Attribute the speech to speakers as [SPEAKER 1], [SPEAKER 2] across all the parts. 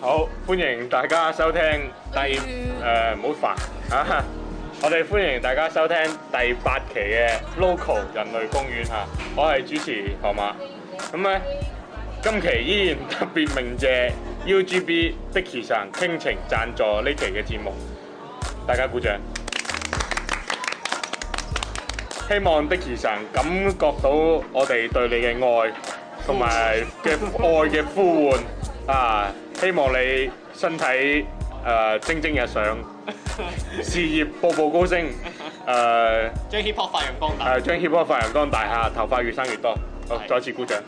[SPEAKER 1] 好，歡迎大家收聽第誒唔好煩啊！ 我哋歡迎大家收聽第八期嘅 Local 人類公園嚇，我係主持河馬。咁咧，今期依然特別鳴謝 UGB 的其神傾情贊助呢期嘅節目，大家鼓掌。希望的其神感覺到我哋對你嘅愛同埋嘅愛嘅呼喚啊！希望你身體誒、呃蒸蒸日上， 事業步步高升，誒、呃、
[SPEAKER 2] 將 hip hop 發揚光大。
[SPEAKER 1] 誒將 hip hop 發揚光大嚇，頭髮越生越多。好，
[SPEAKER 2] 係
[SPEAKER 1] 再次鼓掌。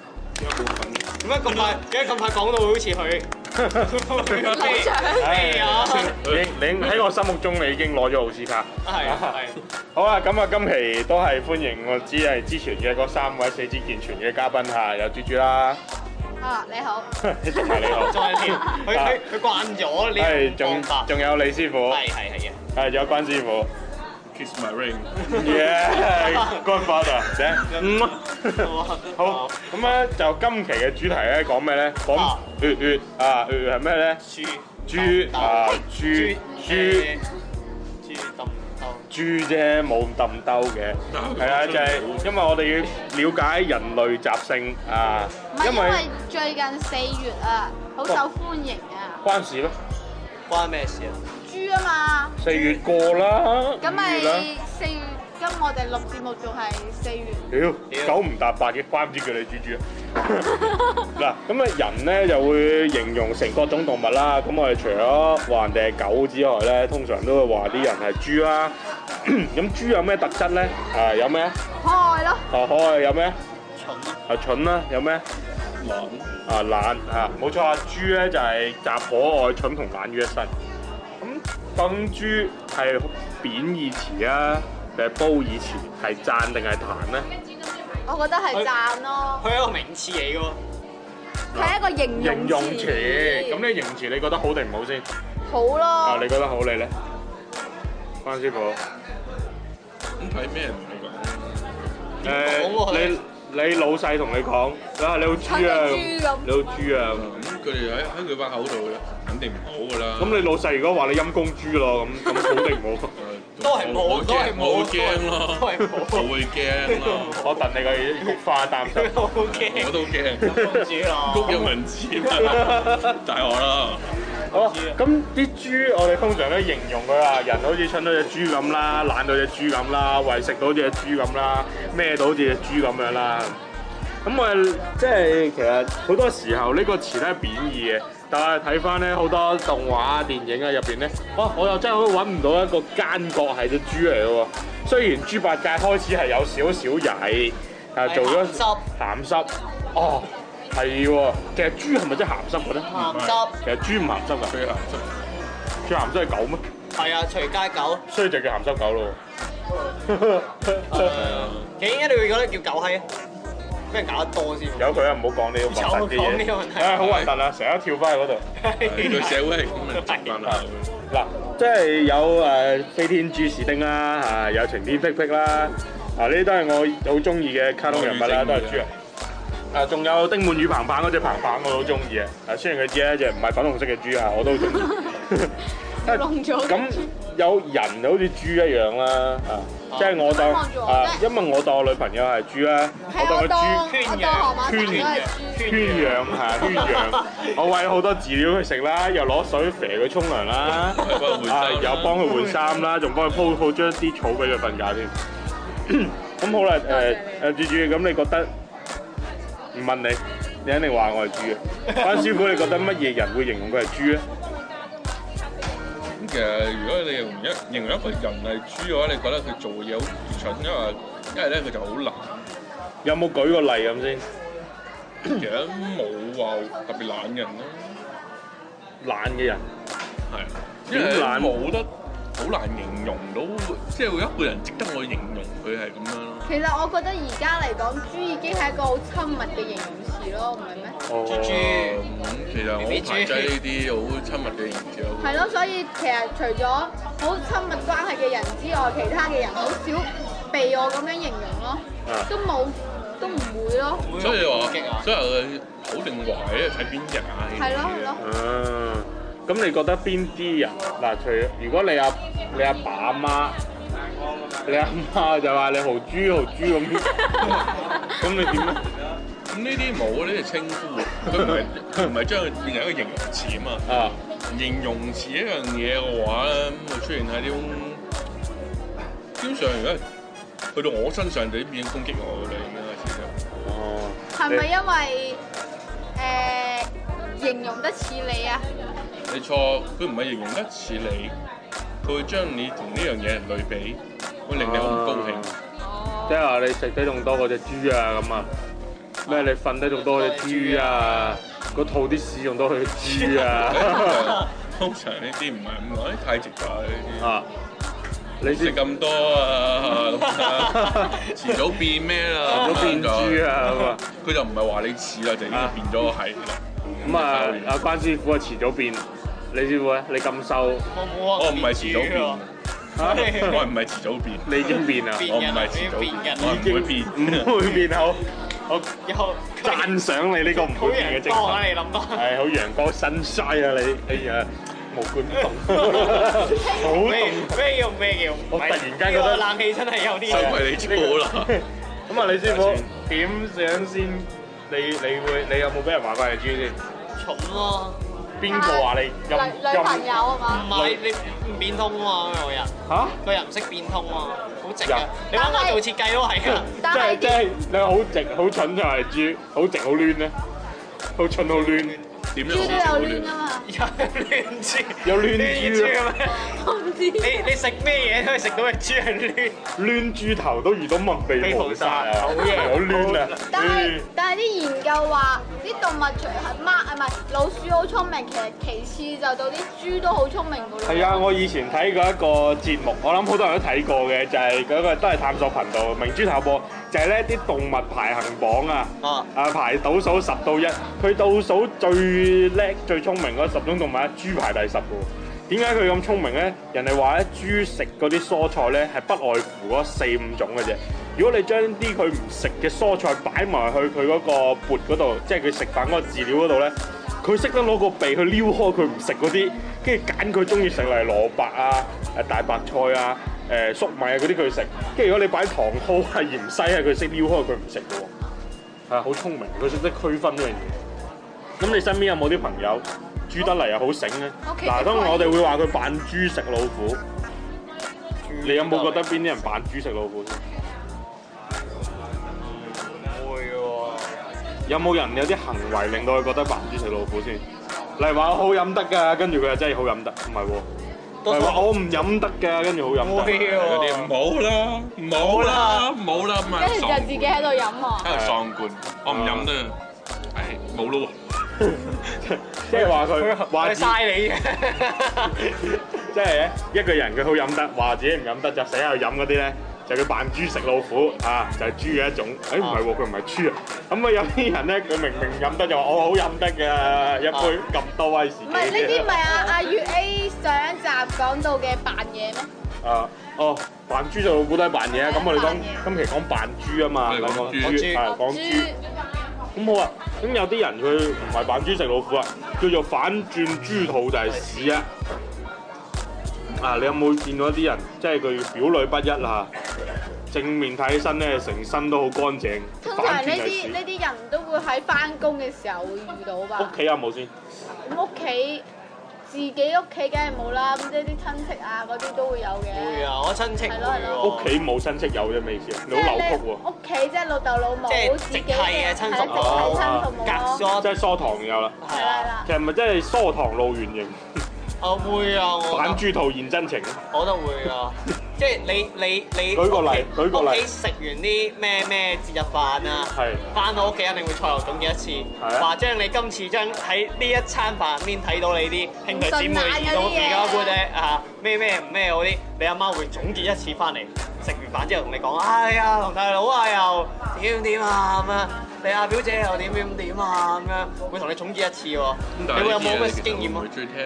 [SPEAKER 2] 點解咁快？點解咁快講到好似佢？哎呀，
[SPEAKER 1] 你你喺我心目中你已經攞咗奧斯卡。
[SPEAKER 2] 係係。
[SPEAKER 1] 好啦，咁啊，今期都係歡迎我只係之前嘅嗰三位四肢健全嘅嘉賓嚇，有豬豬 啦，
[SPEAKER 3] 啊，你好，
[SPEAKER 1] 仲係你好，
[SPEAKER 2] 再練，佢佢佢慣咗呢
[SPEAKER 1] 係
[SPEAKER 2] 個
[SPEAKER 1] 仲
[SPEAKER 2] 方法。
[SPEAKER 1] 仲有李師傅，
[SPEAKER 2] 係係係嘅。
[SPEAKER 1] 係有關師傅
[SPEAKER 4] Kiss my ring，
[SPEAKER 1] ，Yeah，Godfather，姐，嗯，好
[SPEAKER 2] 好，
[SPEAKER 1] 咁咧就今期嘅主題咧講咩咧？講
[SPEAKER 2] 啊
[SPEAKER 1] 月月啊，月月係咩咧？
[SPEAKER 2] 豬
[SPEAKER 1] 豬啊，豬豬。
[SPEAKER 2] 豬豆豆
[SPEAKER 1] 豬啫，冇咁抌兜嘅，係啊，就係因為我哋要了解人類習性啊
[SPEAKER 3] 唔，係
[SPEAKER 1] 因
[SPEAKER 3] 因為
[SPEAKER 1] 為
[SPEAKER 3] 最近四月啊，好受歡迎啊，
[SPEAKER 1] 關事咩？
[SPEAKER 2] 關咩事啊？
[SPEAKER 3] 豬啊嘛，
[SPEAKER 1] 四月過啦，
[SPEAKER 3] 咁咪
[SPEAKER 1] 五月啦
[SPEAKER 3] 四月，今我哋錄節目仲係四月，
[SPEAKER 1] 屌
[SPEAKER 2] 屌
[SPEAKER 1] 九唔搭八嘅，怪唔知叫你豬豬啊！ 嗱，咁啊人咧就會形容成各種動物啦。咁我哋除咗話人哋係狗之外咧，通常都會話啲人係豬啦。 咁豬有咩特質咧？啊，有咩啊？
[SPEAKER 3] 可愛咯，
[SPEAKER 1] 啊，可愛有咩啊？
[SPEAKER 2] 蠢啊！
[SPEAKER 1] 啊，蠢啦，有咩啊？
[SPEAKER 4] 狼
[SPEAKER 1] 啊懶啊，冇錯啊，豬咧就係集可愛、蠢同懶於一身。咁究竟豬係貶義詞啊，定係褒義詞？係讚定係彈咧？
[SPEAKER 3] 我覺得係讚咯，
[SPEAKER 2] 佢係一個名詞嚟嘅喎，
[SPEAKER 3] 佢係一個形
[SPEAKER 1] 形容
[SPEAKER 3] 容
[SPEAKER 1] 詞，咁你形容詞你覺得好定唔好先？
[SPEAKER 3] 好
[SPEAKER 1] 啊，
[SPEAKER 3] 咯
[SPEAKER 1] 你，覺得好你咧？關師傅，
[SPEAKER 4] 咁睇咩人同你講？
[SPEAKER 2] 點講喎
[SPEAKER 1] 你你老細同你講，啊你好豬啊
[SPEAKER 3] 蠢到
[SPEAKER 1] 你
[SPEAKER 3] 豬咁，
[SPEAKER 1] 好豬啊
[SPEAKER 4] 咁佢哋喺喺佢把口度咧，肯定唔好噶啦。
[SPEAKER 1] 咁，咁你老細如果話你陰公豬咯，咁咁好定 唔好？
[SPEAKER 4] 誒
[SPEAKER 2] 都係
[SPEAKER 4] 我
[SPEAKER 2] 冇，都係冇，
[SPEAKER 4] 我會驚咯，
[SPEAKER 2] 都係冇
[SPEAKER 4] 我，會驚咯，
[SPEAKER 1] 我戥你個菊花擔心。
[SPEAKER 2] 我好驚
[SPEAKER 4] 我。都驚。
[SPEAKER 2] 豬咯，
[SPEAKER 4] 谷有文字嘛，大我啦。
[SPEAKER 1] 好啦，咁啲豬我哋通常都形容佢話人好似蠢到只豬咁啦，懶到只豬咁啦，為食到好似只豬咁啦，咩到好似只豬咁樣啦。咁我哋即係其實好多時候呢個詞都係貶義嘅，但係睇翻咧好多動畫啊、電影啊入邊咧，哇！我又真係好揾唔到一個奸角係只豬嚟嘅喎。雖然豬八戒開始係有少少曳，但係做咗
[SPEAKER 2] 係鹹濕
[SPEAKER 1] 鹹濕，哦，係喎。其實豬係咪真係鹹濕嘅咧？
[SPEAKER 2] 鹹濕。
[SPEAKER 1] 其實豬唔鹹濕㗎。
[SPEAKER 4] 佢鹹濕，
[SPEAKER 1] 最鹹濕係狗咩？
[SPEAKER 2] 係啊，隨街狗。
[SPEAKER 1] 所以就叫鹹濕狗咯。
[SPEAKER 4] 係啊，
[SPEAKER 2] 你點解你會覺得叫狗閪啊？俾人搞得多先喎。
[SPEAKER 1] 有佢啊，唔好講呢個核突啲
[SPEAKER 2] 有講呢個問題
[SPEAKER 1] 嘢。唉，好核突啊！成日都跳翻去嗰度。
[SPEAKER 4] 佢社會係咁樣習慣啦。
[SPEAKER 1] 嗱，即係有誒飛天豬士丁啦，啊有晴天霹靂啦，啊呢啲都係我好中意嘅卡通人物啦，都係豬啊。啊，仲有丁滿與彭彭嗰只彭彭，我好中意啊！啊，雖然佢只係一隻唔係粉紅色嘅豬啊，我都好中 意。
[SPEAKER 3] 弄咗
[SPEAKER 1] 咁有人好似豬一樣啦，啊，即係我當
[SPEAKER 3] 哦我望住我
[SPEAKER 1] 啊，
[SPEAKER 3] 啫
[SPEAKER 1] 因為我當我女朋友係豬啦，我
[SPEAKER 3] 係啊
[SPEAKER 1] 當佢
[SPEAKER 3] 我當
[SPEAKER 1] 豬。
[SPEAKER 3] 我當河馬神都係豬，
[SPEAKER 1] 圈養 嚇，圈養，我餵好多飼料佢食啦，又攞水肥佢沖涼啦，
[SPEAKER 4] 幫佢換衫
[SPEAKER 1] 啊又幫佢換衫啦，仲幫佢鋪鋪張啲草俾佢瞓覺 添。咁好啦，誒誒，主主，咁你覺得唔問你，你肯定話我係豬 嘅。關師傅，你覺得乜嘢人會形容佢係豬咧？
[SPEAKER 4] 咁其實如果你用一形容一個人係豬嘅話，你覺得佢做嘢好愚蠢，因為因為咧佢就好懶。
[SPEAKER 1] 有冇舉個例咁先？
[SPEAKER 4] 其實冇話特別懶人咯，
[SPEAKER 1] 懶嘅人，
[SPEAKER 4] 係因
[SPEAKER 1] 點
[SPEAKER 4] 為
[SPEAKER 1] 懶
[SPEAKER 4] 冇得好難形容到，即係有一個人值得我形容佢係咁樣咯。
[SPEAKER 3] 其實我覺得而家嚟講，豬已經係一個好親密嘅形容詞咯，唔係咩？
[SPEAKER 1] 哦
[SPEAKER 2] 豬豬
[SPEAKER 4] 咁嗯其實我好排擠呢啲好親密嘅形象。
[SPEAKER 3] 係咯，所以其實除咗好親密關係嘅人之外，其他嘅人好少被我咁樣形容咯
[SPEAKER 1] 啊，
[SPEAKER 3] 都冇都唔會咯。
[SPEAKER 4] 所以話，所以話佢好定壞咧，睇邊日啊。
[SPEAKER 3] 啊係咯係咯
[SPEAKER 1] 啊，咁你覺得邊啲人嗱？除如果你阿你阿爸阿媽，你阿媽就話你豪豬豪豬咁， 咁你點啊咧？
[SPEAKER 4] 咁呢啲冇啊呢啲係稱呼，佢唔 係佢唔係將佢變成一個形容詞啊
[SPEAKER 1] 啊，
[SPEAKER 4] 嘛。形容詞一樣嘢嘅話咧，咁佢出現喺呢種，基本上如果去到我身上就已經變咗攻擊我嘅啦，已經開始就。
[SPEAKER 1] 哦，
[SPEAKER 3] 係咪因為誒形容得似你啊？
[SPEAKER 4] 你錯，佢唔係形容得似你，佢會將你同呢樣嘢類比，會令你好唔高興。
[SPEAKER 3] 哦
[SPEAKER 1] 即係話你食得仲多過只豬啊咁啊？咩你瞓得仲多過只豬啊？個肚啲屎仲多過只豬 啊？
[SPEAKER 4] 通常呢啲唔係咁講，太直白啦呢
[SPEAKER 1] 啊，你
[SPEAKER 4] 啲。食
[SPEAKER 1] 先
[SPEAKER 4] 咁多啊，咁啊遲早變咩啦？
[SPEAKER 1] 都變豬啊咁啊！
[SPEAKER 4] 佢就唔係話你似啦，就已經變咗係啦。
[SPEAKER 1] 咁啊，阿關師傅啊遲早變，李師傅咧你咁瘦，
[SPEAKER 2] 我冇
[SPEAKER 4] 我唔係遲早變，
[SPEAKER 1] 啊
[SPEAKER 4] 我唔係遲早變，
[SPEAKER 1] 你已經變啊？
[SPEAKER 4] 我唔係遲早變，我唔會變。
[SPEAKER 1] 唔會變好，我
[SPEAKER 2] 又
[SPEAKER 1] 讚賞你呢個唔
[SPEAKER 2] 好
[SPEAKER 1] 會變嘅
[SPEAKER 2] 陽
[SPEAKER 1] 精
[SPEAKER 2] 光啊！
[SPEAKER 1] 神。
[SPEAKER 2] 你諗多。
[SPEAKER 1] 係好陽光 sunshine 啊你，哎呀，無管動，好
[SPEAKER 2] 咩
[SPEAKER 1] 動。
[SPEAKER 2] 咩叫咩叫？
[SPEAKER 1] 我突然間覺得
[SPEAKER 2] 呢個冷氣真係有啲
[SPEAKER 4] 收
[SPEAKER 2] 嘢。
[SPEAKER 4] 埋你超好啦，
[SPEAKER 1] 咁啊，李師傅點樣先？你你會你有冇俾人話過係豬先？
[SPEAKER 2] 重咯，
[SPEAKER 1] 邊個話你
[SPEAKER 3] 女
[SPEAKER 1] 任
[SPEAKER 3] 女朋友啊
[SPEAKER 2] 唔
[SPEAKER 3] 嘛？
[SPEAKER 2] 係你唔變通啊嘛，個人
[SPEAKER 1] 嚇？
[SPEAKER 2] 個人唔識變通啊，好直
[SPEAKER 1] 人
[SPEAKER 2] 啊！你揾我做設計都係啊，
[SPEAKER 1] 即
[SPEAKER 3] 但
[SPEAKER 1] 係
[SPEAKER 3] 係
[SPEAKER 1] 即係你好直好蠢就係豬，好直好攣咧，好蠢好攣，
[SPEAKER 4] 點樣
[SPEAKER 3] 豬都
[SPEAKER 4] 好
[SPEAKER 3] 有
[SPEAKER 4] 似
[SPEAKER 3] 攣啊嘛，
[SPEAKER 2] 有亂豬，
[SPEAKER 1] 有亂豬啊
[SPEAKER 2] 豬咩？
[SPEAKER 3] 我唔知。
[SPEAKER 2] 你你食咩嘢都係食到嘅豬係亂。
[SPEAKER 1] 攣豬頭都遇到麥鼻菩薩啊！好
[SPEAKER 2] 好嘢
[SPEAKER 1] 攣啊！
[SPEAKER 3] 但係
[SPEAKER 1] 嗯
[SPEAKER 3] 但係啲研究話，啲動物除係貓啊唔係老鼠好聰明，其實其次就到啲豬都好聰明㗎
[SPEAKER 1] 係啊，我以前睇過一個節目，我諗好多人都睇過嘅，就係嗰個都係探索頻道明珠頭播，就係咧啲動物排行榜啊，
[SPEAKER 2] 啊
[SPEAKER 1] 啊排倒數十到一，佢倒數最叻最聰明嗰十種動物，豬排第十嘅喎。點解佢咁聰明咧？人哋話咧，豬食嗰啲蔬菜咧係不外乎嗰四五種嘅啫。如果你將啲佢唔食嘅蔬菜擺埋去佢嗰個缽嗰度，即係佢食飯嗰個飼料嗰度咧。佢識得攞個鼻去撩開佢唔食嗰啲，跟住揀佢中意食，例如蘿蔔啊、誒大白菜啊、誒、粟米啊嗰啲佢食。跟住如果你擺糖蒿啊、芫茜啊，佢識撩開佢唔食嘅喎。係啊好聰明，佢識得區分呢樣嘢。咁你身邊有冇啲朋友豬得嚟又好醒咧？
[SPEAKER 3] 我其實
[SPEAKER 1] 嗱，當然我哋會話佢扮豬食老虎。你有冇覺得邊啲人扮豬食老虎先？
[SPEAKER 2] 會喎？
[SPEAKER 1] 有冇人有啲行為令到佢覺得扮豬食老虎先？例如話我好飲得㗎，跟住佢又真係好飲得，唔係喎。
[SPEAKER 2] 多
[SPEAKER 1] 係話
[SPEAKER 2] 數
[SPEAKER 1] 我唔飲得嘅，跟住好飲
[SPEAKER 2] 會
[SPEAKER 1] 得。
[SPEAKER 4] 嗰
[SPEAKER 2] 喎
[SPEAKER 4] 啲。冇啦，冇啦，冇啦，咁啊
[SPEAKER 3] 跟住就自己喺度飲喎。
[SPEAKER 4] 喺度喪冠，我唔飲得，唉冇咯
[SPEAKER 1] 即係話佢話
[SPEAKER 2] 佢
[SPEAKER 1] 自
[SPEAKER 2] 嘥你嘅，
[SPEAKER 1] 即係一個人佢好飲得，話自己唔飲得就死喺度飲嗰啲咧，就叫扮豬食老虎啊，就係豬嘅一種。誒唔係喎，佢唔係豬啊。咁啊有啲人咧，佢明明飲得就話我哦好飲得㗎，一杯咁多威士忌。
[SPEAKER 3] 哦唔係呢啲咪阿阿月 A 上一集講到嘅扮嘢咩？
[SPEAKER 1] 啊哦，扮豬就老虎都係扮嘢啊。咁我哋講
[SPEAKER 3] 扮嘢哦
[SPEAKER 1] 今期講扮豬啊嘛，
[SPEAKER 4] 我哋講豬
[SPEAKER 1] 係講豬。咁好啊，咁有啲人佢唔係扮豬食老虎啊，叫做反轉豬肚就係屎啊！啊，你有冇見到一啲人即係佢表裏不一啊？正面睇起身咧，成身都好乾淨，
[SPEAKER 3] 通
[SPEAKER 1] 反
[SPEAKER 3] 常
[SPEAKER 1] 轉
[SPEAKER 3] 呢
[SPEAKER 1] 就係
[SPEAKER 3] 啲
[SPEAKER 1] 屎
[SPEAKER 3] 呢。啲人都會喺翻工嘅時候會遇到吧
[SPEAKER 1] 屋。企有冇先？
[SPEAKER 3] 咁屋企自己屋企梗係冇啦，咁即係啲親戚啊嗰啲都會有
[SPEAKER 2] 會
[SPEAKER 3] 嘅。
[SPEAKER 2] 啊！我親戚會
[SPEAKER 3] 係咯係
[SPEAKER 2] 喎，
[SPEAKER 3] 咯
[SPEAKER 1] 屋企冇親戚有啫，咩意思啊？
[SPEAKER 3] 即
[SPEAKER 1] 你好
[SPEAKER 3] 係
[SPEAKER 1] 扭曲
[SPEAKER 3] 你
[SPEAKER 1] 喎，
[SPEAKER 3] 屋企即係老豆老母
[SPEAKER 2] 即係
[SPEAKER 3] 自己
[SPEAKER 2] 直系嘅親屬
[SPEAKER 3] 係啦直系親屬
[SPEAKER 1] 哦
[SPEAKER 3] 母
[SPEAKER 2] 隔
[SPEAKER 3] 咯。
[SPEAKER 2] 咗
[SPEAKER 1] 即係疏堂有啦。
[SPEAKER 3] 係啦係啦。
[SPEAKER 1] 其實咪即係疏堂露原形，
[SPEAKER 2] 我會啊，
[SPEAKER 3] 哦
[SPEAKER 2] 我
[SPEAKER 1] 反豬肚現真情。
[SPEAKER 2] 我都會啊，即係你你你
[SPEAKER 1] 舉個例
[SPEAKER 2] 屋企
[SPEAKER 1] 舉個例
[SPEAKER 2] 屋企食完啲咩咩節日飯啊，
[SPEAKER 1] 係
[SPEAKER 2] 翻到屋企一定會菜頭總結一次，
[SPEAKER 1] 係啊
[SPEAKER 2] 話將你今次將喺呢一餐飯入面睇到你啲兄弟姊妹二到二家姑姐啊咩咩唔咩嗰啲，你阿媽會總結一次翻嚟，食完飯之後同你講，哎呀同大佬啊又點點啊咁樣，你阿表姐又點點點啊咁樣，會同你總結一次喎，你會有冇咩經驗啊
[SPEAKER 4] 會？中意聽？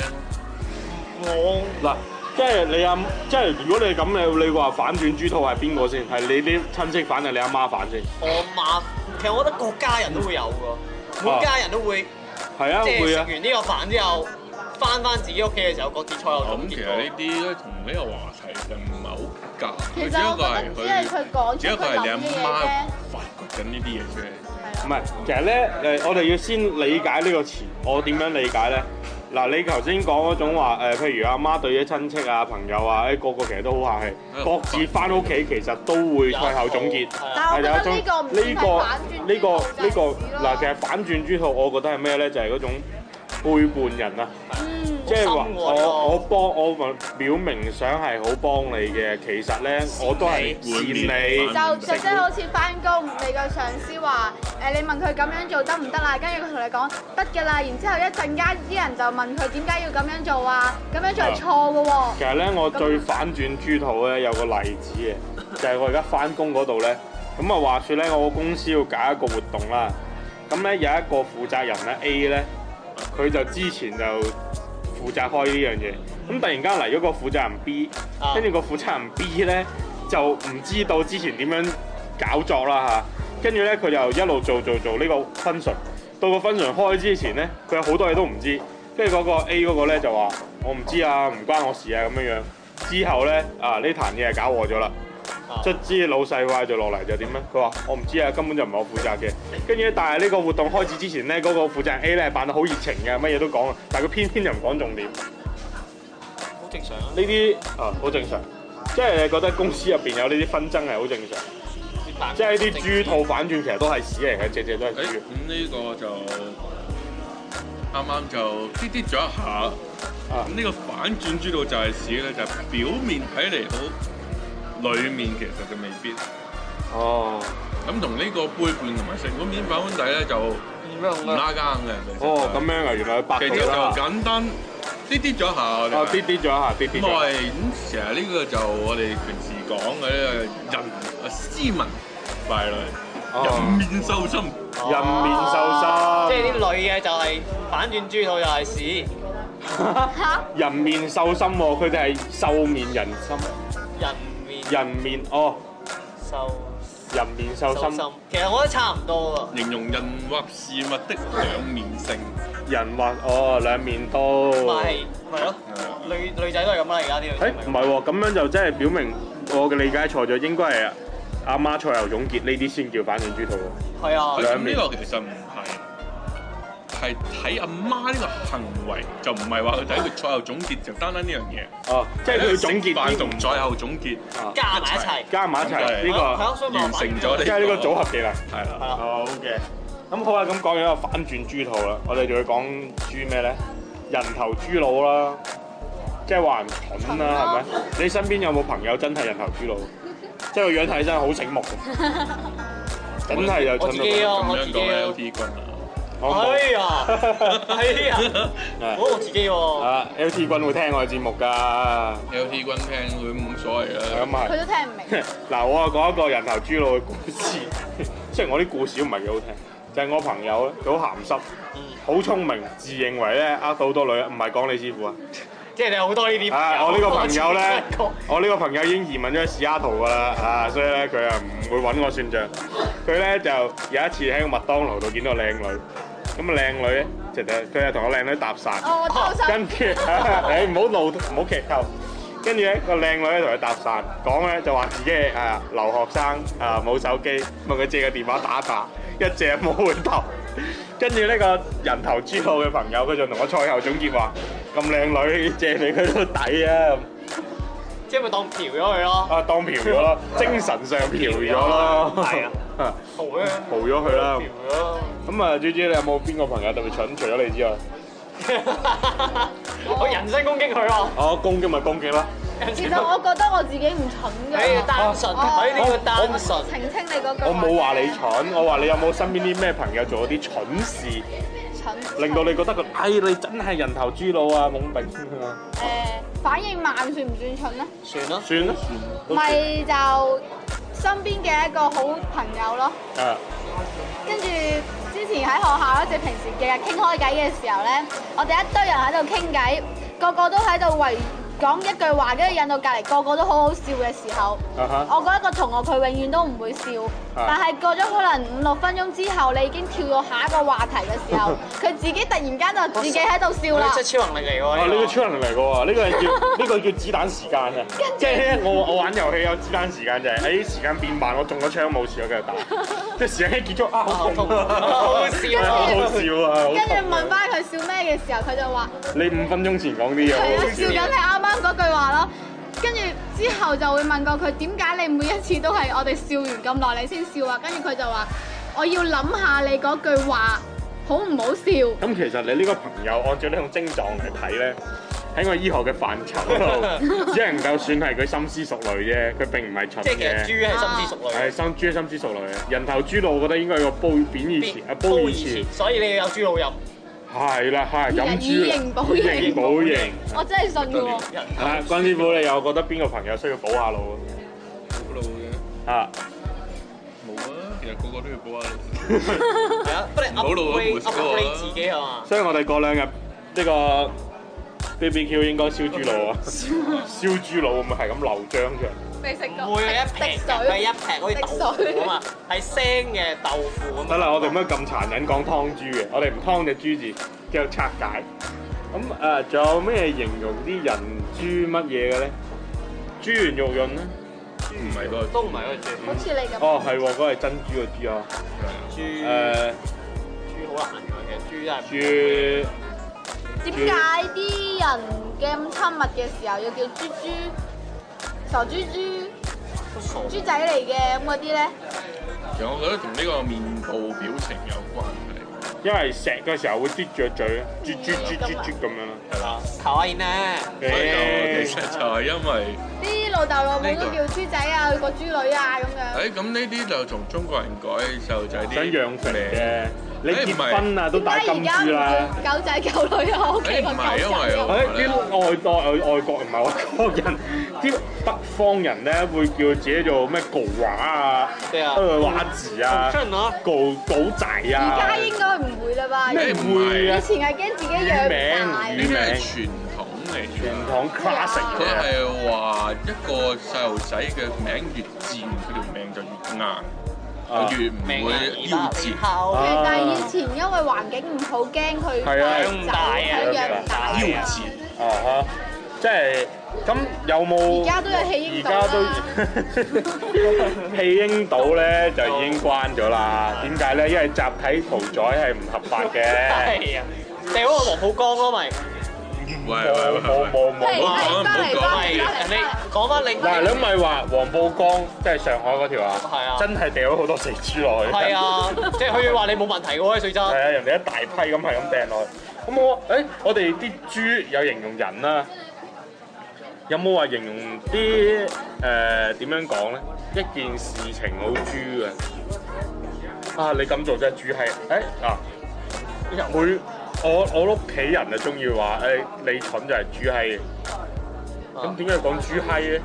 [SPEAKER 2] 我
[SPEAKER 1] 嗱，即係你阿，即係如果你咁，你你話反轉豬肚係邊個先？係你啲親戚反定你阿媽反先？
[SPEAKER 2] 我媽，其實我覺得各家人都會有㗎。每家人都會
[SPEAKER 1] 係啊，
[SPEAKER 2] 即係
[SPEAKER 1] 會
[SPEAKER 2] 食
[SPEAKER 1] 啊，
[SPEAKER 2] 完呢個飯之後，翻翻自己屋企嘅時候，各自菜又總
[SPEAKER 4] 咁其
[SPEAKER 2] 結
[SPEAKER 4] 實
[SPEAKER 2] 過
[SPEAKER 4] 呢啲咧同呢個話題就唔係好夾，
[SPEAKER 3] 其
[SPEAKER 4] 佢
[SPEAKER 3] 實
[SPEAKER 4] 只不過
[SPEAKER 3] 我
[SPEAKER 4] 係
[SPEAKER 3] 覺得只係
[SPEAKER 4] 佢，
[SPEAKER 3] 佢講出
[SPEAKER 4] 只不過
[SPEAKER 3] 佢
[SPEAKER 4] 係你
[SPEAKER 3] 諗
[SPEAKER 4] 阿
[SPEAKER 3] 嘅嘢
[SPEAKER 4] 媽
[SPEAKER 3] 啫，
[SPEAKER 4] 發掘緊呢啲嘢出嚟。
[SPEAKER 1] 唔
[SPEAKER 3] 係啊，
[SPEAKER 1] 係，其實咧誒，我哋要先理解呢個詞，我點樣理解咧？嗱，你頭先講嗰種話誒，譬如阿媽對啲親戚啊、朋友啊，誒個個其實都好客氣，
[SPEAKER 4] 嗯
[SPEAKER 1] 各自翻屋企其實都會賽後總結。
[SPEAKER 2] 係啊
[SPEAKER 3] 但係我覺
[SPEAKER 1] 有
[SPEAKER 3] 得
[SPEAKER 1] 一種
[SPEAKER 3] 呢個唔
[SPEAKER 1] 呢
[SPEAKER 3] 算係反
[SPEAKER 1] 個
[SPEAKER 3] 轉
[SPEAKER 1] 呢個呢個嗱，其
[SPEAKER 3] 嘅，
[SPEAKER 1] 實反轉豬肚，我覺得係咩咧？就係嗰種背叛人啊！
[SPEAKER 3] 嗯，
[SPEAKER 1] 即係話
[SPEAKER 2] 好深喎呢個
[SPEAKER 1] 我我幫我表明想係好幫你嘅，其實咧我都係善你。
[SPEAKER 3] 就就即係好似翻工，你個上司話誒，你問佢咁樣做得唔得啦，跟住佢同你講得㗎啦，然之後一陣間啲人就問佢點解要咁樣做啊？咁樣做係錯嘅 喎。
[SPEAKER 1] 其實咧，我最反轉豬肚咧有個例子嘅，就係我而家翻工嗰度咧，咁啊話説咧，我公司要搞一個活動啦，咁咧有一個負責人咧 A 咧，佢就之前就負責開呢樣嘢，咁突然間嚟咗個負責人 B，
[SPEAKER 2] 啊
[SPEAKER 1] 跟住個負責人 B 咧就唔知道之前點樣搞作啦嚇，跟住咧佢就一路做做做呢個 function，到個 function 開之前咧，佢有好多嘢都唔知，跟住嗰個 A 嗰個咧就話我唔知啊，唔關我事啊咁樣樣。之後咧啊呢壇嘢係搞禍咗啦，
[SPEAKER 2] 啊
[SPEAKER 1] 卒之老細話就落嚟就點咧？佢話我唔知啊，根本就唔係我負責嘅。跟住咧，但係呢個活動開始之前咧，嗰、個負責人 A 咧係扮到好熱情嘅，乜嘢都講啊，但係佢偏偏就唔講重點。
[SPEAKER 2] 好正常啊！
[SPEAKER 1] 呢啲啊好正常，即係你覺得公司入邊有呢啲紛爭係好正常，即係呢啲豬肚反轉其實都係屎嚟嘅，隻隻都係
[SPEAKER 4] 誒
[SPEAKER 1] 豬。
[SPEAKER 4] 咁呢個就啱啱就滴滴咗一下，
[SPEAKER 1] 啊
[SPEAKER 4] 咁呢個反轉豬肚就係屎咧，就係表面睇嚟好，裡面其實就未必。
[SPEAKER 1] 哦，
[SPEAKER 4] 咁同呢個杯盤同埋食碗面反碗底咧就唔拉更嘅。其實就
[SPEAKER 1] 哦咁樣啊，原來佢白
[SPEAKER 4] 其
[SPEAKER 1] 咗
[SPEAKER 4] 實
[SPEAKER 1] 啦
[SPEAKER 4] 就。簡單滴滴咗一下我哋
[SPEAKER 1] 啊，跌跌咗下，跌跌
[SPEAKER 4] 咁我
[SPEAKER 1] 咗。
[SPEAKER 4] 係咁成日呢個就我哋平時講嘅呢個人啊斯文敗類，人
[SPEAKER 1] 哦
[SPEAKER 4] 面獸心。
[SPEAKER 1] 人面獸
[SPEAKER 2] 即
[SPEAKER 1] 心，
[SPEAKER 2] 係啲女嘅就係反轉豬肚又係屎，
[SPEAKER 3] 嚇
[SPEAKER 1] 人面獸心喎，佢哋係獸面人心，
[SPEAKER 2] 人面
[SPEAKER 1] 人面哦，
[SPEAKER 2] 獸
[SPEAKER 1] 人面獸
[SPEAKER 2] 獸
[SPEAKER 1] 心，
[SPEAKER 2] 心。其實我覺得差唔多喎。
[SPEAKER 4] 形容人或事物的兩面性。
[SPEAKER 1] 人或哦兩面刀。
[SPEAKER 2] 咪咪咯，女女仔都係咁啦，而家啲女
[SPEAKER 1] 誒
[SPEAKER 2] 仔咪
[SPEAKER 1] 唔係喎，咁樣就真係表明我嘅理解錯咗，應該係阿媽賽後總結呢啲先叫反轉豬肚喎。
[SPEAKER 2] 係啊
[SPEAKER 4] 咁，
[SPEAKER 1] 兩面
[SPEAKER 4] 呢個其實唔係，係睇阿媽呢個行為，就唔係話佢睇佢賽後總結，就單單呢樣嘢。
[SPEAKER 1] 哦，即係佢總
[SPEAKER 4] 食
[SPEAKER 1] 結
[SPEAKER 4] 飯
[SPEAKER 1] 啲
[SPEAKER 4] 同賽後總結，
[SPEAKER 1] 啊
[SPEAKER 2] 加埋一齊。
[SPEAKER 1] 加埋一齊
[SPEAKER 2] 係啊係
[SPEAKER 1] 呢
[SPEAKER 2] 啊所以咪話
[SPEAKER 4] 完成咗
[SPEAKER 1] 個，
[SPEAKER 4] 你
[SPEAKER 1] 即係呢個組合技能。啊
[SPEAKER 4] 係
[SPEAKER 2] 係
[SPEAKER 4] 啦。
[SPEAKER 2] 啦，
[SPEAKER 1] 好嘅，咁好啦，咁講完一個反轉豬肚啦，我哋就要講豬咩咧？人頭豬腦啦，即係話人蠢啦，係咪？你身邊有冇朋友真係人頭豬腦？即係個樣睇起身好 醒目嘅，真係有蠢到咁
[SPEAKER 2] 我自己咯我自己咯
[SPEAKER 4] 咁樣講 L T 君啊，
[SPEAKER 1] 我
[SPEAKER 2] 哎
[SPEAKER 1] 冇
[SPEAKER 2] 呀，哎呀，我我自己喎，
[SPEAKER 1] 啊！L T 君會聽我嘅節目㗎，咁
[SPEAKER 4] L T 君聽佢冇所謂啦。
[SPEAKER 1] 啊
[SPEAKER 3] 佢
[SPEAKER 1] 係。
[SPEAKER 3] 都聽唔明。
[SPEAKER 1] 嗱，我啊講一個人頭豬腦嘅故事，雖然我啲故事 都唔係幾好聽，就係我朋友咧，佢好鹹濕，
[SPEAKER 2] 嗯，
[SPEAKER 1] 好聰明，自認為咧呃到好多女，唔係講你師傅啊。
[SPEAKER 2] 即係你有好多呢啲朋友。
[SPEAKER 1] 啊！我呢個朋友咧
[SPEAKER 2] 我自己都係，
[SPEAKER 1] 我呢個朋友已經移民咗去西雅圖噶啦，啊，所以咧佢啊唔會揾我算賬。佢咧就有一次喺個麥當勞度見到個靚女，咁啊靚女咧就佢就同個靚女搭訕，
[SPEAKER 3] 哦，我都好想
[SPEAKER 1] 跟住 誒唔好露唔好劇透。跟住咧個靚女咧同佢搭訕，講咧就話自己係啊留學生啊冇手機，問佢借個電話打一打，一借冇回頭。跟住呢個人頭豬腦嘅朋友，佢就同我賽後總結話：咁靚女借你佢都抵啊！咁
[SPEAKER 2] 即係咪當嫖咗佢咯？
[SPEAKER 1] 啊，當嫖咗咯，精神上嫖咗咯，
[SPEAKER 2] 係啊，
[SPEAKER 1] 啊，
[SPEAKER 2] 好啊，
[SPEAKER 1] 嫖咗佢啦
[SPEAKER 2] 嫖。 咗。
[SPEAKER 1] 咁啊，豬豬，你有冇邊個朋友特別蠢？除咗你之外，
[SPEAKER 2] 我人身攻擊佢喎，
[SPEAKER 1] 我攻擊咪攻擊啦。
[SPEAKER 3] 其實我覺得我自己唔蠢
[SPEAKER 2] 哎
[SPEAKER 3] 㗎，
[SPEAKER 2] 單純，
[SPEAKER 3] 我
[SPEAKER 2] 哎呢個單純，
[SPEAKER 3] 澄清你嗰句。
[SPEAKER 1] 我冇話你蠢，我話你有冇身邊啲咩朋友做咗啲蠢事，
[SPEAKER 3] 蠢，
[SPEAKER 1] 令到你覺得佢，哎，你真係人頭豬腦啊，懵丙啊！
[SPEAKER 3] 誒、反應慢算唔算蠢咧？
[SPEAKER 2] 算啦。
[SPEAKER 1] 算啦，
[SPEAKER 3] 咪就身邊嘅一個好朋友咯。
[SPEAKER 1] 啊，
[SPEAKER 3] 跟住之前喺學校咧，即係平時日日傾開偈嘅時候咧，我哋一堆人喺度傾偈，個個都喺度圍講一句話，跟住引到隔離個個都好好笑嘅時候，
[SPEAKER 1] 啊哈啊
[SPEAKER 3] 我嗰一個同學佢永遠都唔會笑，但係過咗可能五六分鐘之後，你已經跳到下一個話題嘅時候， 佢自己突然間就自己喺度笑啦
[SPEAKER 2] 呢。啲超能力嚟喎，
[SPEAKER 1] 啊！呢
[SPEAKER 2] 呢
[SPEAKER 1] 個
[SPEAKER 2] 個
[SPEAKER 1] 超能力嚟嘅喎，呢個係 叫呢個叫子彈時間嘅，即係咧我我玩遊戲有子彈時間就係，誒時間變慢，我中咗槍冇事，我繼續 打，即係時間一結束啊，好痛啊，
[SPEAKER 2] 好
[SPEAKER 1] 好
[SPEAKER 2] 笑啊
[SPEAKER 1] 好笑啊，好
[SPEAKER 3] 跟住
[SPEAKER 1] 痛啊
[SPEAKER 3] 問翻佢笑咩嘅時候，佢就話：
[SPEAKER 1] 你五分鐘前講啲嘢，
[SPEAKER 3] 係啊
[SPEAKER 1] 好，好
[SPEAKER 3] 笑緊你
[SPEAKER 1] 笑。
[SPEAKER 3] 啱啱嗰句話咯。跟住之後就會問過佢點解你每一次都係我哋笑完咁耐你先笑啊？跟住佢就話：我要諗下你嗰句話好唔好笑。
[SPEAKER 1] 咁其實你呢個朋友按照呢種症狀嚟睇咧，喺我醫學嘅範疇度，只能夠算係佢深思熟慮啫，佢並唔係蠢
[SPEAKER 2] 即係其實
[SPEAKER 1] 嘅。
[SPEAKER 2] 豬係心思熟
[SPEAKER 1] 係
[SPEAKER 2] 慮，
[SPEAKER 1] 心豬心思熟慮嘅，人頭豬腦，我覺得應該係個褒貶義詞啊，褒
[SPEAKER 2] 煲
[SPEAKER 1] 義
[SPEAKER 2] 以
[SPEAKER 1] 詞
[SPEAKER 2] 前，所以你要有豬腦飲，
[SPEAKER 1] 係啦係飲
[SPEAKER 3] 人
[SPEAKER 1] 豬
[SPEAKER 3] 以
[SPEAKER 1] 啦
[SPEAKER 3] 形補形
[SPEAKER 1] 以形補形。
[SPEAKER 3] 我真係信嘅喎。
[SPEAKER 2] 人
[SPEAKER 1] 啊，關師傅，你又覺得邊個朋友需要補下腦
[SPEAKER 4] 補腦嘅
[SPEAKER 1] 啊？
[SPEAKER 4] 冇啊，其實個個都要補下腦。
[SPEAKER 2] 係啊，不
[SPEAKER 4] 唔好露啊唔
[SPEAKER 2] upgrade
[SPEAKER 4] 好露啊
[SPEAKER 2] upgrade 自己係嘛？
[SPEAKER 1] 所以我哋過兩日呢個 BBQ 應該燒豬腦啊，燒豬腦會唔會係咁流漿出嚟？
[SPEAKER 3] 未食過。
[SPEAKER 2] 唔會嘅，一
[SPEAKER 3] 滴
[SPEAKER 2] 平嘅，係
[SPEAKER 3] 水。
[SPEAKER 2] 一平好似豆
[SPEAKER 3] 滴水
[SPEAKER 2] 腐咁啊，係腥嘅豆腐咁。
[SPEAKER 1] 得啦，我哋唔可以咁殘忍講湯豬嘅，我哋唔湯隻豬字，叫做拆解。咁誒，呃仲、有咩形容啲人豬乜嘢嘅咧？豬圓肉潤咧？
[SPEAKER 4] 唔係個
[SPEAKER 2] 都唔係嗰隻
[SPEAKER 3] 好似你咁。
[SPEAKER 1] 哦，係喎，嗰個係珍珠嘅豬啊。
[SPEAKER 2] 豬，
[SPEAKER 1] 誒、
[SPEAKER 2] 豬豬好難嘅，其實豬真係
[SPEAKER 1] 豬
[SPEAKER 3] 點解啲人嘅咁親密嘅時候要叫豬豬、傻豬豬、
[SPEAKER 2] 好傻。
[SPEAKER 3] 豬仔嚟嘅咁嗰啲咧？
[SPEAKER 4] 其實我覺得同呢個面部表情有關係，
[SPEAKER 1] 因為錫嘅時候會嘟住個嘴，啜啜啜啜啜咁樣啦。
[SPEAKER 4] 係啦。
[SPEAKER 2] 可愛呢？
[SPEAKER 4] 所以就其實就係因為，
[SPEAKER 3] 啲老豆老母都叫豬仔啊，個豬女啊咁樣。
[SPEAKER 4] 誒咁呢啲就從中國人改細路仔啲
[SPEAKER 1] 想養肥嘅，你
[SPEAKER 4] 誒
[SPEAKER 1] 結婚啊都戴金
[SPEAKER 3] 點解
[SPEAKER 1] 豬啦。
[SPEAKER 3] 而家唔叫狗仔狗女啊？我屋企個
[SPEAKER 4] 誒唔
[SPEAKER 3] 狗
[SPEAKER 4] 係因為
[SPEAKER 1] 誒
[SPEAKER 4] 我
[SPEAKER 3] 仔。
[SPEAKER 1] 啲外代外外國唔係外國人， 啲北方人咧會叫自己做咩狗娃啊、
[SPEAKER 2] 對啊
[SPEAKER 1] 呃娃子啊、
[SPEAKER 2] 真啊！
[SPEAKER 1] 狗狗仔
[SPEAKER 3] 而
[SPEAKER 1] 啊
[SPEAKER 3] 家，應該唔會啦吧？
[SPEAKER 1] 咩
[SPEAKER 3] 以
[SPEAKER 1] 唔會啊？
[SPEAKER 3] 前係驚自己養唔大。
[SPEAKER 4] 呢啲係傳統嚟
[SPEAKER 1] 傳
[SPEAKER 4] 嘅。
[SPEAKER 1] 統 classic
[SPEAKER 4] 佢
[SPEAKER 1] 嘅，
[SPEAKER 4] 係話一個細路仔嘅名越賤，佢條命就越硬，
[SPEAKER 1] 啊
[SPEAKER 4] 就越唔
[SPEAKER 2] 命啊
[SPEAKER 4] 會夭折。
[SPEAKER 3] 其
[SPEAKER 2] 後
[SPEAKER 3] 實但係以前因為環境唔好，驚佢
[SPEAKER 1] 係啊
[SPEAKER 3] 走佢養唔大
[SPEAKER 2] 係
[SPEAKER 4] 夭
[SPEAKER 2] 啊
[SPEAKER 4] 折，
[SPEAKER 1] 啊哈！即係咁有冇？
[SPEAKER 3] 而家都有棄嬰島啦
[SPEAKER 1] 而家都 棄嬰島咧就已經關咗啦。點解咧？因為集體屠宰係唔合法嘅。
[SPEAKER 2] 係啊，掉嗰個黃浦江咯咪。
[SPEAKER 1] 冇
[SPEAKER 4] 喂喂喂
[SPEAKER 1] 冇
[SPEAKER 4] 喂，
[SPEAKER 1] 冇冇
[SPEAKER 3] 係
[SPEAKER 1] 冇！
[SPEAKER 4] 好講
[SPEAKER 3] 係
[SPEAKER 4] 啦唔好講啦
[SPEAKER 2] 係人哋講翻你
[SPEAKER 1] 嗱，你咪話黃浦江即係上海嗰條啊，
[SPEAKER 2] 係啊
[SPEAKER 1] 真係掉咗好多死豬落去。
[SPEAKER 2] 係，啊，即係佢話你冇問題嘅喎，水
[SPEAKER 1] 係
[SPEAKER 2] 質。
[SPEAKER 1] 啊，人哋一大批咁係咁掟落去。咁我誒、我哋啲豬有形容人啦、有冇話形容啲誒點樣講咧？一件事情好豬嘅啊！你咁做真係豬係誒嗱，每我我屋企人就中意話誒你蠢就係豬閪嘅，咁點解要講豬閪咧？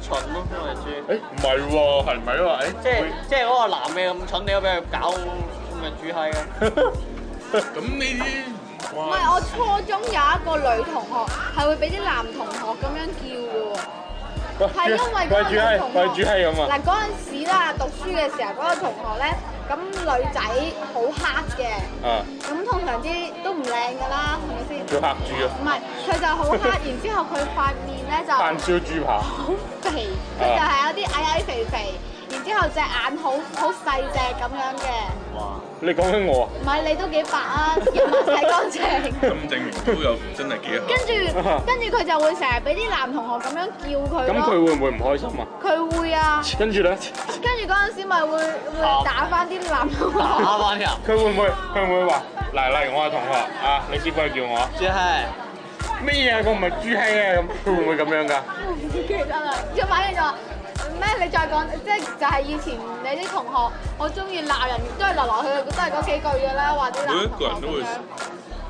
[SPEAKER 2] 蠢咯，因為豬。
[SPEAKER 1] 誒唔係喎，係咪喎？誒
[SPEAKER 2] 即係即係嗰個男嘅咁蠢，你都俾佢搞咁嘅豬閪啊！
[SPEAKER 4] 咁呢啲唔
[SPEAKER 3] 唔
[SPEAKER 4] 關
[SPEAKER 3] 係，我初中有一個女同學係會俾啲男同學咁樣叫
[SPEAKER 1] 喂
[SPEAKER 3] 嘅喎，係因 為嗰個
[SPEAKER 1] 喂豬
[SPEAKER 3] 女
[SPEAKER 1] 閪
[SPEAKER 3] 同，
[SPEAKER 1] 喂
[SPEAKER 3] 學
[SPEAKER 1] 豬閪咁啊！
[SPEAKER 3] 嗱嗰陣時啦，讀書嘅時候嗰個同學咧，咁女仔好黑嘅，
[SPEAKER 1] 啊，
[SPEAKER 3] 咁通常啲都唔靚㗎啦，係咪先？
[SPEAKER 1] 叫黑豬啊！
[SPEAKER 3] 唔係，佢就好黑，然之後佢塊面咧就
[SPEAKER 1] 炭燒豬扒，
[SPEAKER 3] 好肥，佢就係有啲矮矮肥肥，然之後隻眼好好細隻咁樣嘅，
[SPEAKER 2] 哇！
[SPEAKER 1] 你講緊我啊？
[SPEAKER 3] 唔係你都幾白啊，又唔洗乾淨。
[SPEAKER 4] 咁證明都有真係幾
[SPEAKER 3] 跟
[SPEAKER 4] 合。
[SPEAKER 3] 住 跟住佢就會成日俾啲男同學咁樣叫
[SPEAKER 1] 咁佢
[SPEAKER 3] 佢咯，
[SPEAKER 1] 會唔會唔開心啊？
[SPEAKER 3] 佢會啊，
[SPEAKER 1] 跟住咧，
[SPEAKER 3] 跟住嗰陣時咪會會打翻啲男同
[SPEAKER 2] 打啊
[SPEAKER 3] 學，
[SPEAKER 2] 翻啲人，
[SPEAKER 1] 佢會唔會佢會唔會話嗱，例如我係同學啊，你師傅係叫我啊
[SPEAKER 2] 豬閪。
[SPEAKER 1] 咩嘢啊？我唔係豬閪啊咁，佢會唔會咁樣㗎？
[SPEAKER 3] 我唔記得啦。之後反正就話咩？你再講，即係就係以前你啲同學，我中意鬧人，都係來來去去都係嗰幾句嘅啦，話啲
[SPEAKER 4] 每一
[SPEAKER 3] 男
[SPEAKER 4] 個人都
[SPEAKER 3] 同學
[SPEAKER 4] 會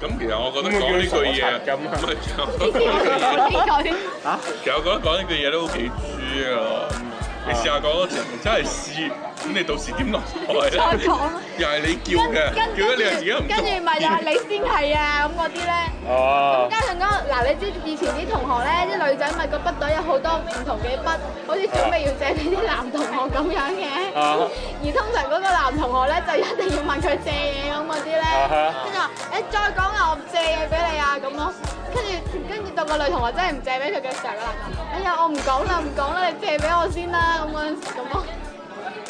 [SPEAKER 3] 咁樣。
[SPEAKER 4] 咁其實我覺得講呢句嘢，唔係
[SPEAKER 3] 呢句呢句
[SPEAKER 4] à. 其實我覺得講呢句嘢都好幾豬啊！你試下講多次，真係試咁你到時點落台
[SPEAKER 3] 再
[SPEAKER 4] 咧？
[SPEAKER 3] 講啦
[SPEAKER 4] 又係你叫
[SPEAKER 3] 跟
[SPEAKER 4] 嘅，
[SPEAKER 3] 跟
[SPEAKER 4] 叫咗你又自己唔
[SPEAKER 3] 跟住
[SPEAKER 4] 做
[SPEAKER 3] 跟住咪就係你先係啊咁嗰啲咧。
[SPEAKER 1] 哦，
[SPEAKER 3] 加上嗰個嗱，你知以前啲同學咧，啲女仔咪個筆袋有好多唔同嘅筆，好似準備要借俾啲男同學咁樣嘅。
[SPEAKER 1] 啊
[SPEAKER 3] 而通常嗰個男同學咧，就一定要問佢借嘢咁嗰啲咧
[SPEAKER 1] 啊哈，
[SPEAKER 3] 跟住話誒再講啦，我唔借嘢俾你啊咁咯。跟住跟住到個女同學真係唔借俾佢嘅時候，個男同學哎呀我唔講啦唔講啦，你借俾我先啦咁嗰陣時咁咯。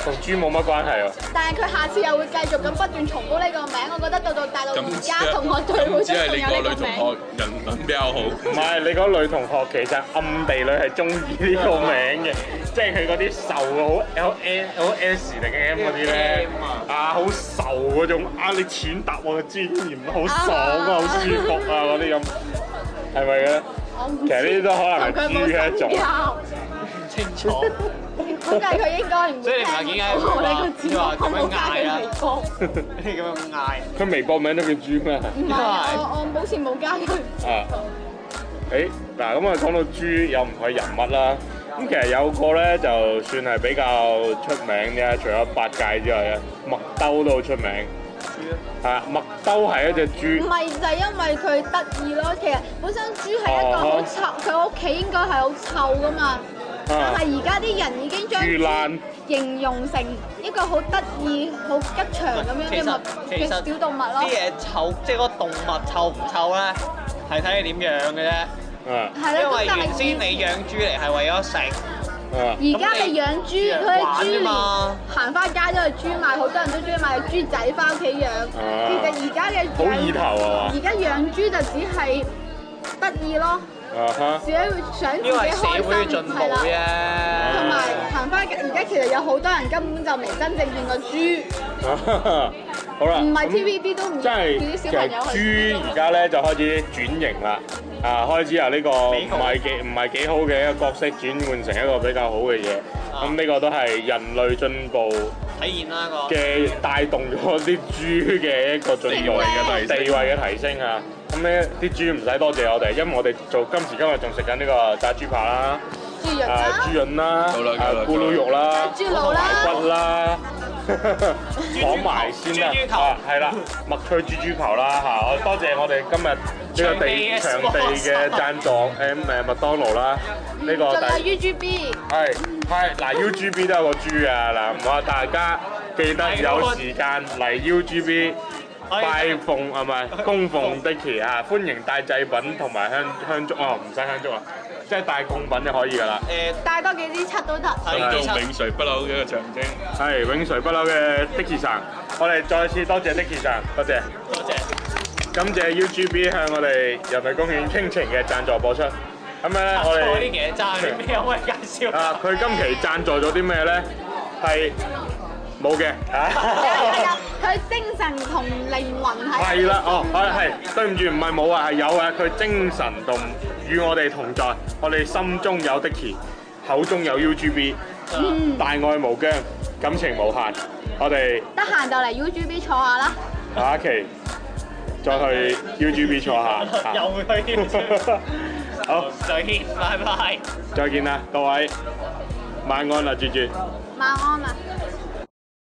[SPEAKER 1] 同豬冇乜關係啊。
[SPEAKER 3] 但係佢下次又會繼續咁不斷重複呢個名，我覺得到到大到而
[SPEAKER 4] 咁只
[SPEAKER 3] 家同學聚會都
[SPEAKER 4] 咁只
[SPEAKER 3] 仲
[SPEAKER 4] 係你
[SPEAKER 3] 有
[SPEAKER 4] 個
[SPEAKER 3] 呢
[SPEAKER 4] 女
[SPEAKER 3] 個
[SPEAKER 4] 同
[SPEAKER 3] 名。
[SPEAKER 4] 學人品比較好，
[SPEAKER 1] 唔係，你嗰女同學其實暗地裏係中意呢個名嘅， 即係佢嗰啲瘦嘅好 L N 好 S 定 M 嗰啲咧
[SPEAKER 2] M 啊，
[SPEAKER 1] 啊好瘦嗰種啊，你踐踏我嘅尊嚴，好爽啊，
[SPEAKER 3] 啊
[SPEAKER 1] 好舒服啊嗰啲咁，係咪嘅？
[SPEAKER 3] 我唔知
[SPEAKER 1] 其實呢啲都可能係
[SPEAKER 3] 同佢冇
[SPEAKER 1] 豬嘅一種
[SPEAKER 3] 深交
[SPEAKER 2] 唔清楚。
[SPEAKER 3] 估計佢應該唔會
[SPEAKER 2] 所以你唔係點解會話
[SPEAKER 3] 我呢個字我冇加佢微博，
[SPEAKER 2] 你咁樣嗌，
[SPEAKER 1] 佢微博名都叫豬咩？
[SPEAKER 3] 唔係我我好似冇加佢。
[SPEAKER 1] 啊，誒嗱，咁啊講到豬有唔同嘅人物啦，咁其實有個咧就算係比較出名啲啊，除咗八戒之外咧，麥兜都好出名。係啊，麥兜係一隻
[SPEAKER 3] 唔
[SPEAKER 1] 豬，
[SPEAKER 3] 係就係因為佢得意咯，其實本身豬係一個好臭，佢屋企應該係好臭噶嘛。但係而家啲人已經將
[SPEAKER 1] 啊豬欄
[SPEAKER 3] 形容成一個好得意、好吉祥咁樣嘅物嘅小動物咯
[SPEAKER 2] 啲。嘢臭，即係嗰個動物臭唔臭咧，係睇你點養嘅啫。
[SPEAKER 1] 啊
[SPEAKER 3] 係
[SPEAKER 2] 因
[SPEAKER 3] 咯，
[SPEAKER 2] 為
[SPEAKER 3] 咁但
[SPEAKER 2] 原先
[SPEAKER 3] 係
[SPEAKER 2] 你養豬嚟係為咗食，
[SPEAKER 1] 啊，
[SPEAKER 3] 而家你養豬，佢係豬
[SPEAKER 2] 玩啫
[SPEAKER 3] 年
[SPEAKER 2] 嘛
[SPEAKER 3] 行翻街都係豬賣，好多人都中意買豬仔翻屋企養。其實而家嘅
[SPEAKER 1] 啊
[SPEAKER 3] 養
[SPEAKER 1] 好意頭啊嘛
[SPEAKER 3] 而家養豬就只係得意咯，
[SPEAKER 1] 啊哈，
[SPEAKER 3] 自己會想自己
[SPEAKER 2] 因為社
[SPEAKER 3] 開
[SPEAKER 2] 會
[SPEAKER 3] 心
[SPEAKER 2] 進步
[SPEAKER 3] 係啦。
[SPEAKER 2] 啫。
[SPEAKER 3] 同埋行翻街，而家其實有好多人根本就未真正見過豬，
[SPEAKER 1] 啊哈哈好啦，
[SPEAKER 3] 唔係
[SPEAKER 1] 啊咁
[SPEAKER 3] TVB 都唔
[SPEAKER 1] 真係
[SPEAKER 3] 叫啲
[SPEAKER 1] 其
[SPEAKER 3] 小
[SPEAKER 1] 實
[SPEAKER 3] 朋友去。
[SPEAKER 1] 豬而家咧就開始轉型啦，啊開始由呢個唔係幾唔係幾好嘅一個角色轉換成一個比較好嘅嘢，咁呢個都係人類進步
[SPEAKER 2] 體現啦個。
[SPEAKER 1] 嘅帶動咗啲豬嘅一個進步
[SPEAKER 4] 地位嘅提升
[SPEAKER 1] 地位嘅提升啊！咁咧啲豬唔使多謝我哋，因為我哋做今時今日仲食緊呢個炸豬扒啦。
[SPEAKER 3] 豬肉
[SPEAKER 1] 啊
[SPEAKER 3] 啦，
[SPEAKER 1] 豬潤啦，
[SPEAKER 4] 夠啦
[SPEAKER 1] 啊
[SPEAKER 4] 夠啦
[SPEAKER 1] 咕嚕肉啦，
[SPEAKER 3] 豬腦啦
[SPEAKER 1] 排骨 啦，講埋先啦
[SPEAKER 2] 豬豬，頭
[SPEAKER 1] 啊係啦，麥脆豬豬頭啦嚇，我多謝我哋今日呢個地
[SPEAKER 2] 場
[SPEAKER 1] 場
[SPEAKER 2] 地
[SPEAKER 1] 地
[SPEAKER 2] 嘅
[SPEAKER 1] 嘅贊助誒誒麥當勞啦，呢個大
[SPEAKER 3] 盡量 UGB。
[SPEAKER 1] 係係嗱 UGB 都有個豬啊嗱，唔好大家記得有時間嚟 UGB。拜
[SPEAKER 2] 哎
[SPEAKER 1] 奉啊，唔係供奉 Dicky 啊，歡迎帶祭品同埋香香燭啊，唔使香燭啊，即係帶供品就可以㗎啦。
[SPEAKER 2] 誒，
[SPEAKER 3] 帶多幾支七都得。
[SPEAKER 2] 睇
[SPEAKER 4] 咁
[SPEAKER 2] 到
[SPEAKER 4] 做永垂不朽嘅一個象徵。
[SPEAKER 1] 係永垂不朽嘅 Dicky 神，我哋再次多謝 Dicky 神，多謝，
[SPEAKER 2] 多謝。
[SPEAKER 1] 感謝 UGB 向我哋人類公園傾情嘅贊助播出。咁樣咧，我
[SPEAKER 2] 我啲
[SPEAKER 1] 哋
[SPEAKER 2] 嘢爭啲咩？ 我哋介紹。
[SPEAKER 1] 啊，佢今期贊助咗啲咩咧？係冇嘅，啊
[SPEAKER 3] 佢精神同靈魂喺。
[SPEAKER 1] 係啦，哦，係係，對唔住，唔係冇啊，係有啊，佢精神同與我哋同在，我哋心中有 Dicky，口中有 UGB，
[SPEAKER 3] 嗯，
[SPEAKER 1] 大愛無疆，感情無限，我哋。
[SPEAKER 3] 得閒就嚟 UGB 坐下啦。
[SPEAKER 1] 下一期再去 UGB 坐下。
[SPEAKER 2] 又去 UGB
[SPEAKER 1] 好，
[SPEAKER 2] 再見，拜拜。
[SPEAKER 1] 再見啦，各位，晚安啦，豬豬。
[SPEAKER 3] 晚安啦。啊